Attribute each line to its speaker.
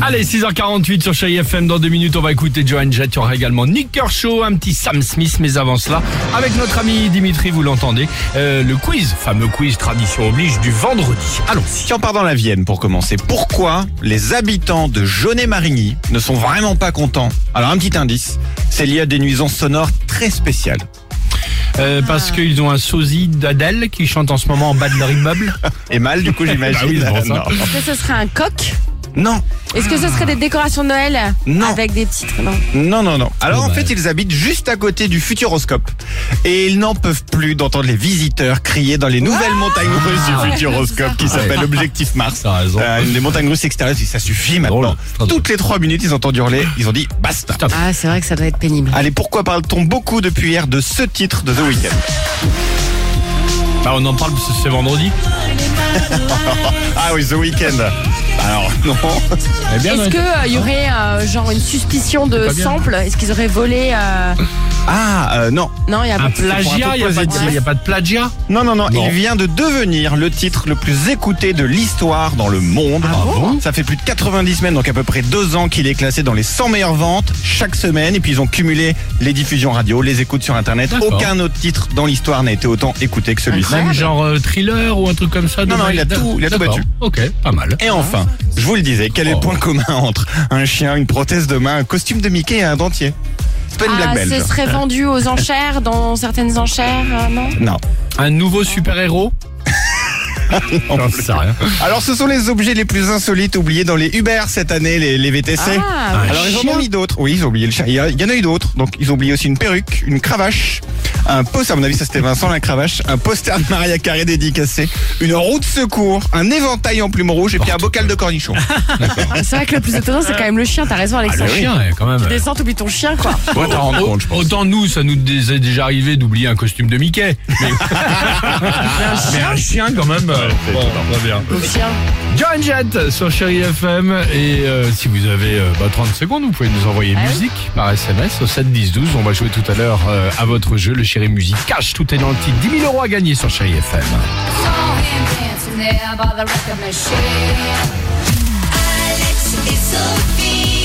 Speaker 1: Allez, 6h48 sur Chérie FM. Dans deux minutes, on va écouter Johan Jett. Il y aura également Nick Kershaw, un petit Sam Smith. Mais avant cela, avec notre ami Dimitri, vous l'entendez, euh, le quiz, fameux quiz tradition oblige du vendredi. Allons-y.
Speaker 2: Si on part dans la Vienne pour commencer, pourquoi les habitants de Jaunet-Marigny ne sont vraiment pas contents Alors un petit indice, c'est lié à des nuisances sonores très spéciales.
Speaker 1: Euh, parce qu'ils ont un sosie d'Adèle qui chante en ce moment en bas de leur immeuble.
Speaker 2: Et mal du coup j'imagine.
Speaker 1: Bah oui, c'est pour ça.
Speaker 2: non.
Speaker 3: Est-ce que ce serait un coq
Speaker 2: non,
Speaker 3: Est-ce que ce serait des décorations de Noël
Speaker 2: Non.
Speaker 3: Avec des titres, non
Speaker 2: non, non, non. Alors en
Speaker 1: Dommage.
Speaker 2: fait ils habitent juste à côté du Futuroscope. Et ils n'en peuvent plus d'entendre les visiteurs crier dans les nouvelles montagnes russes du Futuroscope qui s'appelle Objectif Mars.
Speaker 1: T'as raison.
Speaker 2: Euh, les montagnes russes extérieures, ils disent, ça suffit
Speaker 1: drôle,
Speaker 2: maintenant.
Speaker 1: c'est très drôle.
Speaker 2: Toutes les trois minutes, ils entendent hurler, ils ont dit basta.
Speaker 1: Stop.
Speaker 3: Ah, c'est vrai que ça doit être pénible.
Speaker 1: Ah,
Speaker 2: Allez, pourquoi parle-t-on beaucoup depuis hier de ce titre de The Weeknd
Speaker 1: Bah, on en parle parce que c'est vendredi.
Speaker 2: Ah oui, The Weeknd. Alors non.
Speaker 1: Eh bien,
Speaker 3: Est-ce
Speaker 1: ouais.
Speaker 3: qu'il y aurait euh, genre une suspicion de
Speaker 1: pas bien.
Speaker 3: sample Est-ce qu'ils auraient volé euh,
Speaker 2: Ah euh, non.
Speaker 3: Non, il y a
Speaker 1: Un
Speaker 3: pas. Ah,
Speaker 1: plagiat, il
Speaker 2: positif.
Speaker 1: n'y a, pas de plagiat.
Speaker 2: non, non, non,
Speaker 1: Non.
Speaker 2: Il vient de devenir le titre le plus écouté de l'histoire dans le monde.
Speaker 1: Ah bon
Speaker 2: Ça fait plus de 90 semaines, donc à peu près deux ans qu'il est classé dans les 100 meilleures ventes chaque semaine. Et puis ils ont cumulé les diffusions radio, les écoutes sur Internet.
Speaker 1: D'accord.
Speaker 2: Aucun autre titre dans l'histoire n'a été autant écouté que celui-ci.
Speaker 1: Même genre euh, thriller ou un truc comme ça. de
Speaker 2: Non, non,
Speaker 1: Mike
Speaker 2: il a
Speaker 1: Dell.
Speaker 2: tout- il a tout
Speaker 1: D'accord.
Speaker 2: battu.
Speaker 1: Ok, pas mal.
Speaker 2: Et enfin, je vous le disais, quel est le
Speaker 1: Oh.
Speaker 2: point commun entre un chien, une prothèse de main, un costume de Mickey et un dentier C'est pas une
Speaker 3: Ah,
Speaker 2: blague
Speaker 3: ce
Speaker 2: belge.
Speaker 3: serait vendu aux enchères, dans certaines enchères, euh, non
Speaker 2: Non.
Speaker 1: Un nouveau super-héros J'en sais rien.
Speaker 2: Alors, ce sont les objets les plus insolites oubliés dans les Uber cette année, les, les VTC.
Speaker 3: Ah,
Speaker 1: Un
Speaker 2: Alors, ils en ont
Speaker 1: chien
Speaker 2: mis d'autres. Oui, ils ont oublié le chien. Il y, a- il y en a eu d'autres. Donc, ils ont oublié aussi une perruque, une cravache, un poster, à mon avis, ça c'était Vincent, la cravache, un poster de Maria Carré dédicacé, une roue de secours, un éventail en plume rouge et puis un bocal de cornichons.
Speaker 3: Ah, c'est vrai que le plus étonnant, c'est quand même le chien, t'as raison,
Speaker 1: Ah, le
Speaker 2: bah
Speaker 3: Alexandre.
Speaker 1: chien, ouais, quand même.
Speaker 3: Tu descends, t'oublies ton chien, quoi.
Speaker 2: Toi, t'en rends
Speaker 1: Oh,
Speaker 2: compte, je pense.
Speaker 1: Autant nous, ça nous est déjà arrivé d'oublier un costume de Mickey. Mais, Mais un chien quand même. euh, bon, très bien.
Speaker 3: Mon chien.
Speaker 1: John Jett sur Chéri FM. Et euh, si vous avez euh, bah, 30 secondes, vous pouvez nous envoyer
Speaker 3: Ah oui.
Speaker 1: musique par SMS au 7 10 12. On va jouer tout à l'heure euh, à votre jeu, le Chéri Musique Cash. Tout est dans le titre. 10 000 euros à gagner sur Chéri FM.
Speaker 4: Saw him dancing there by the record machine. Alex and Sophie.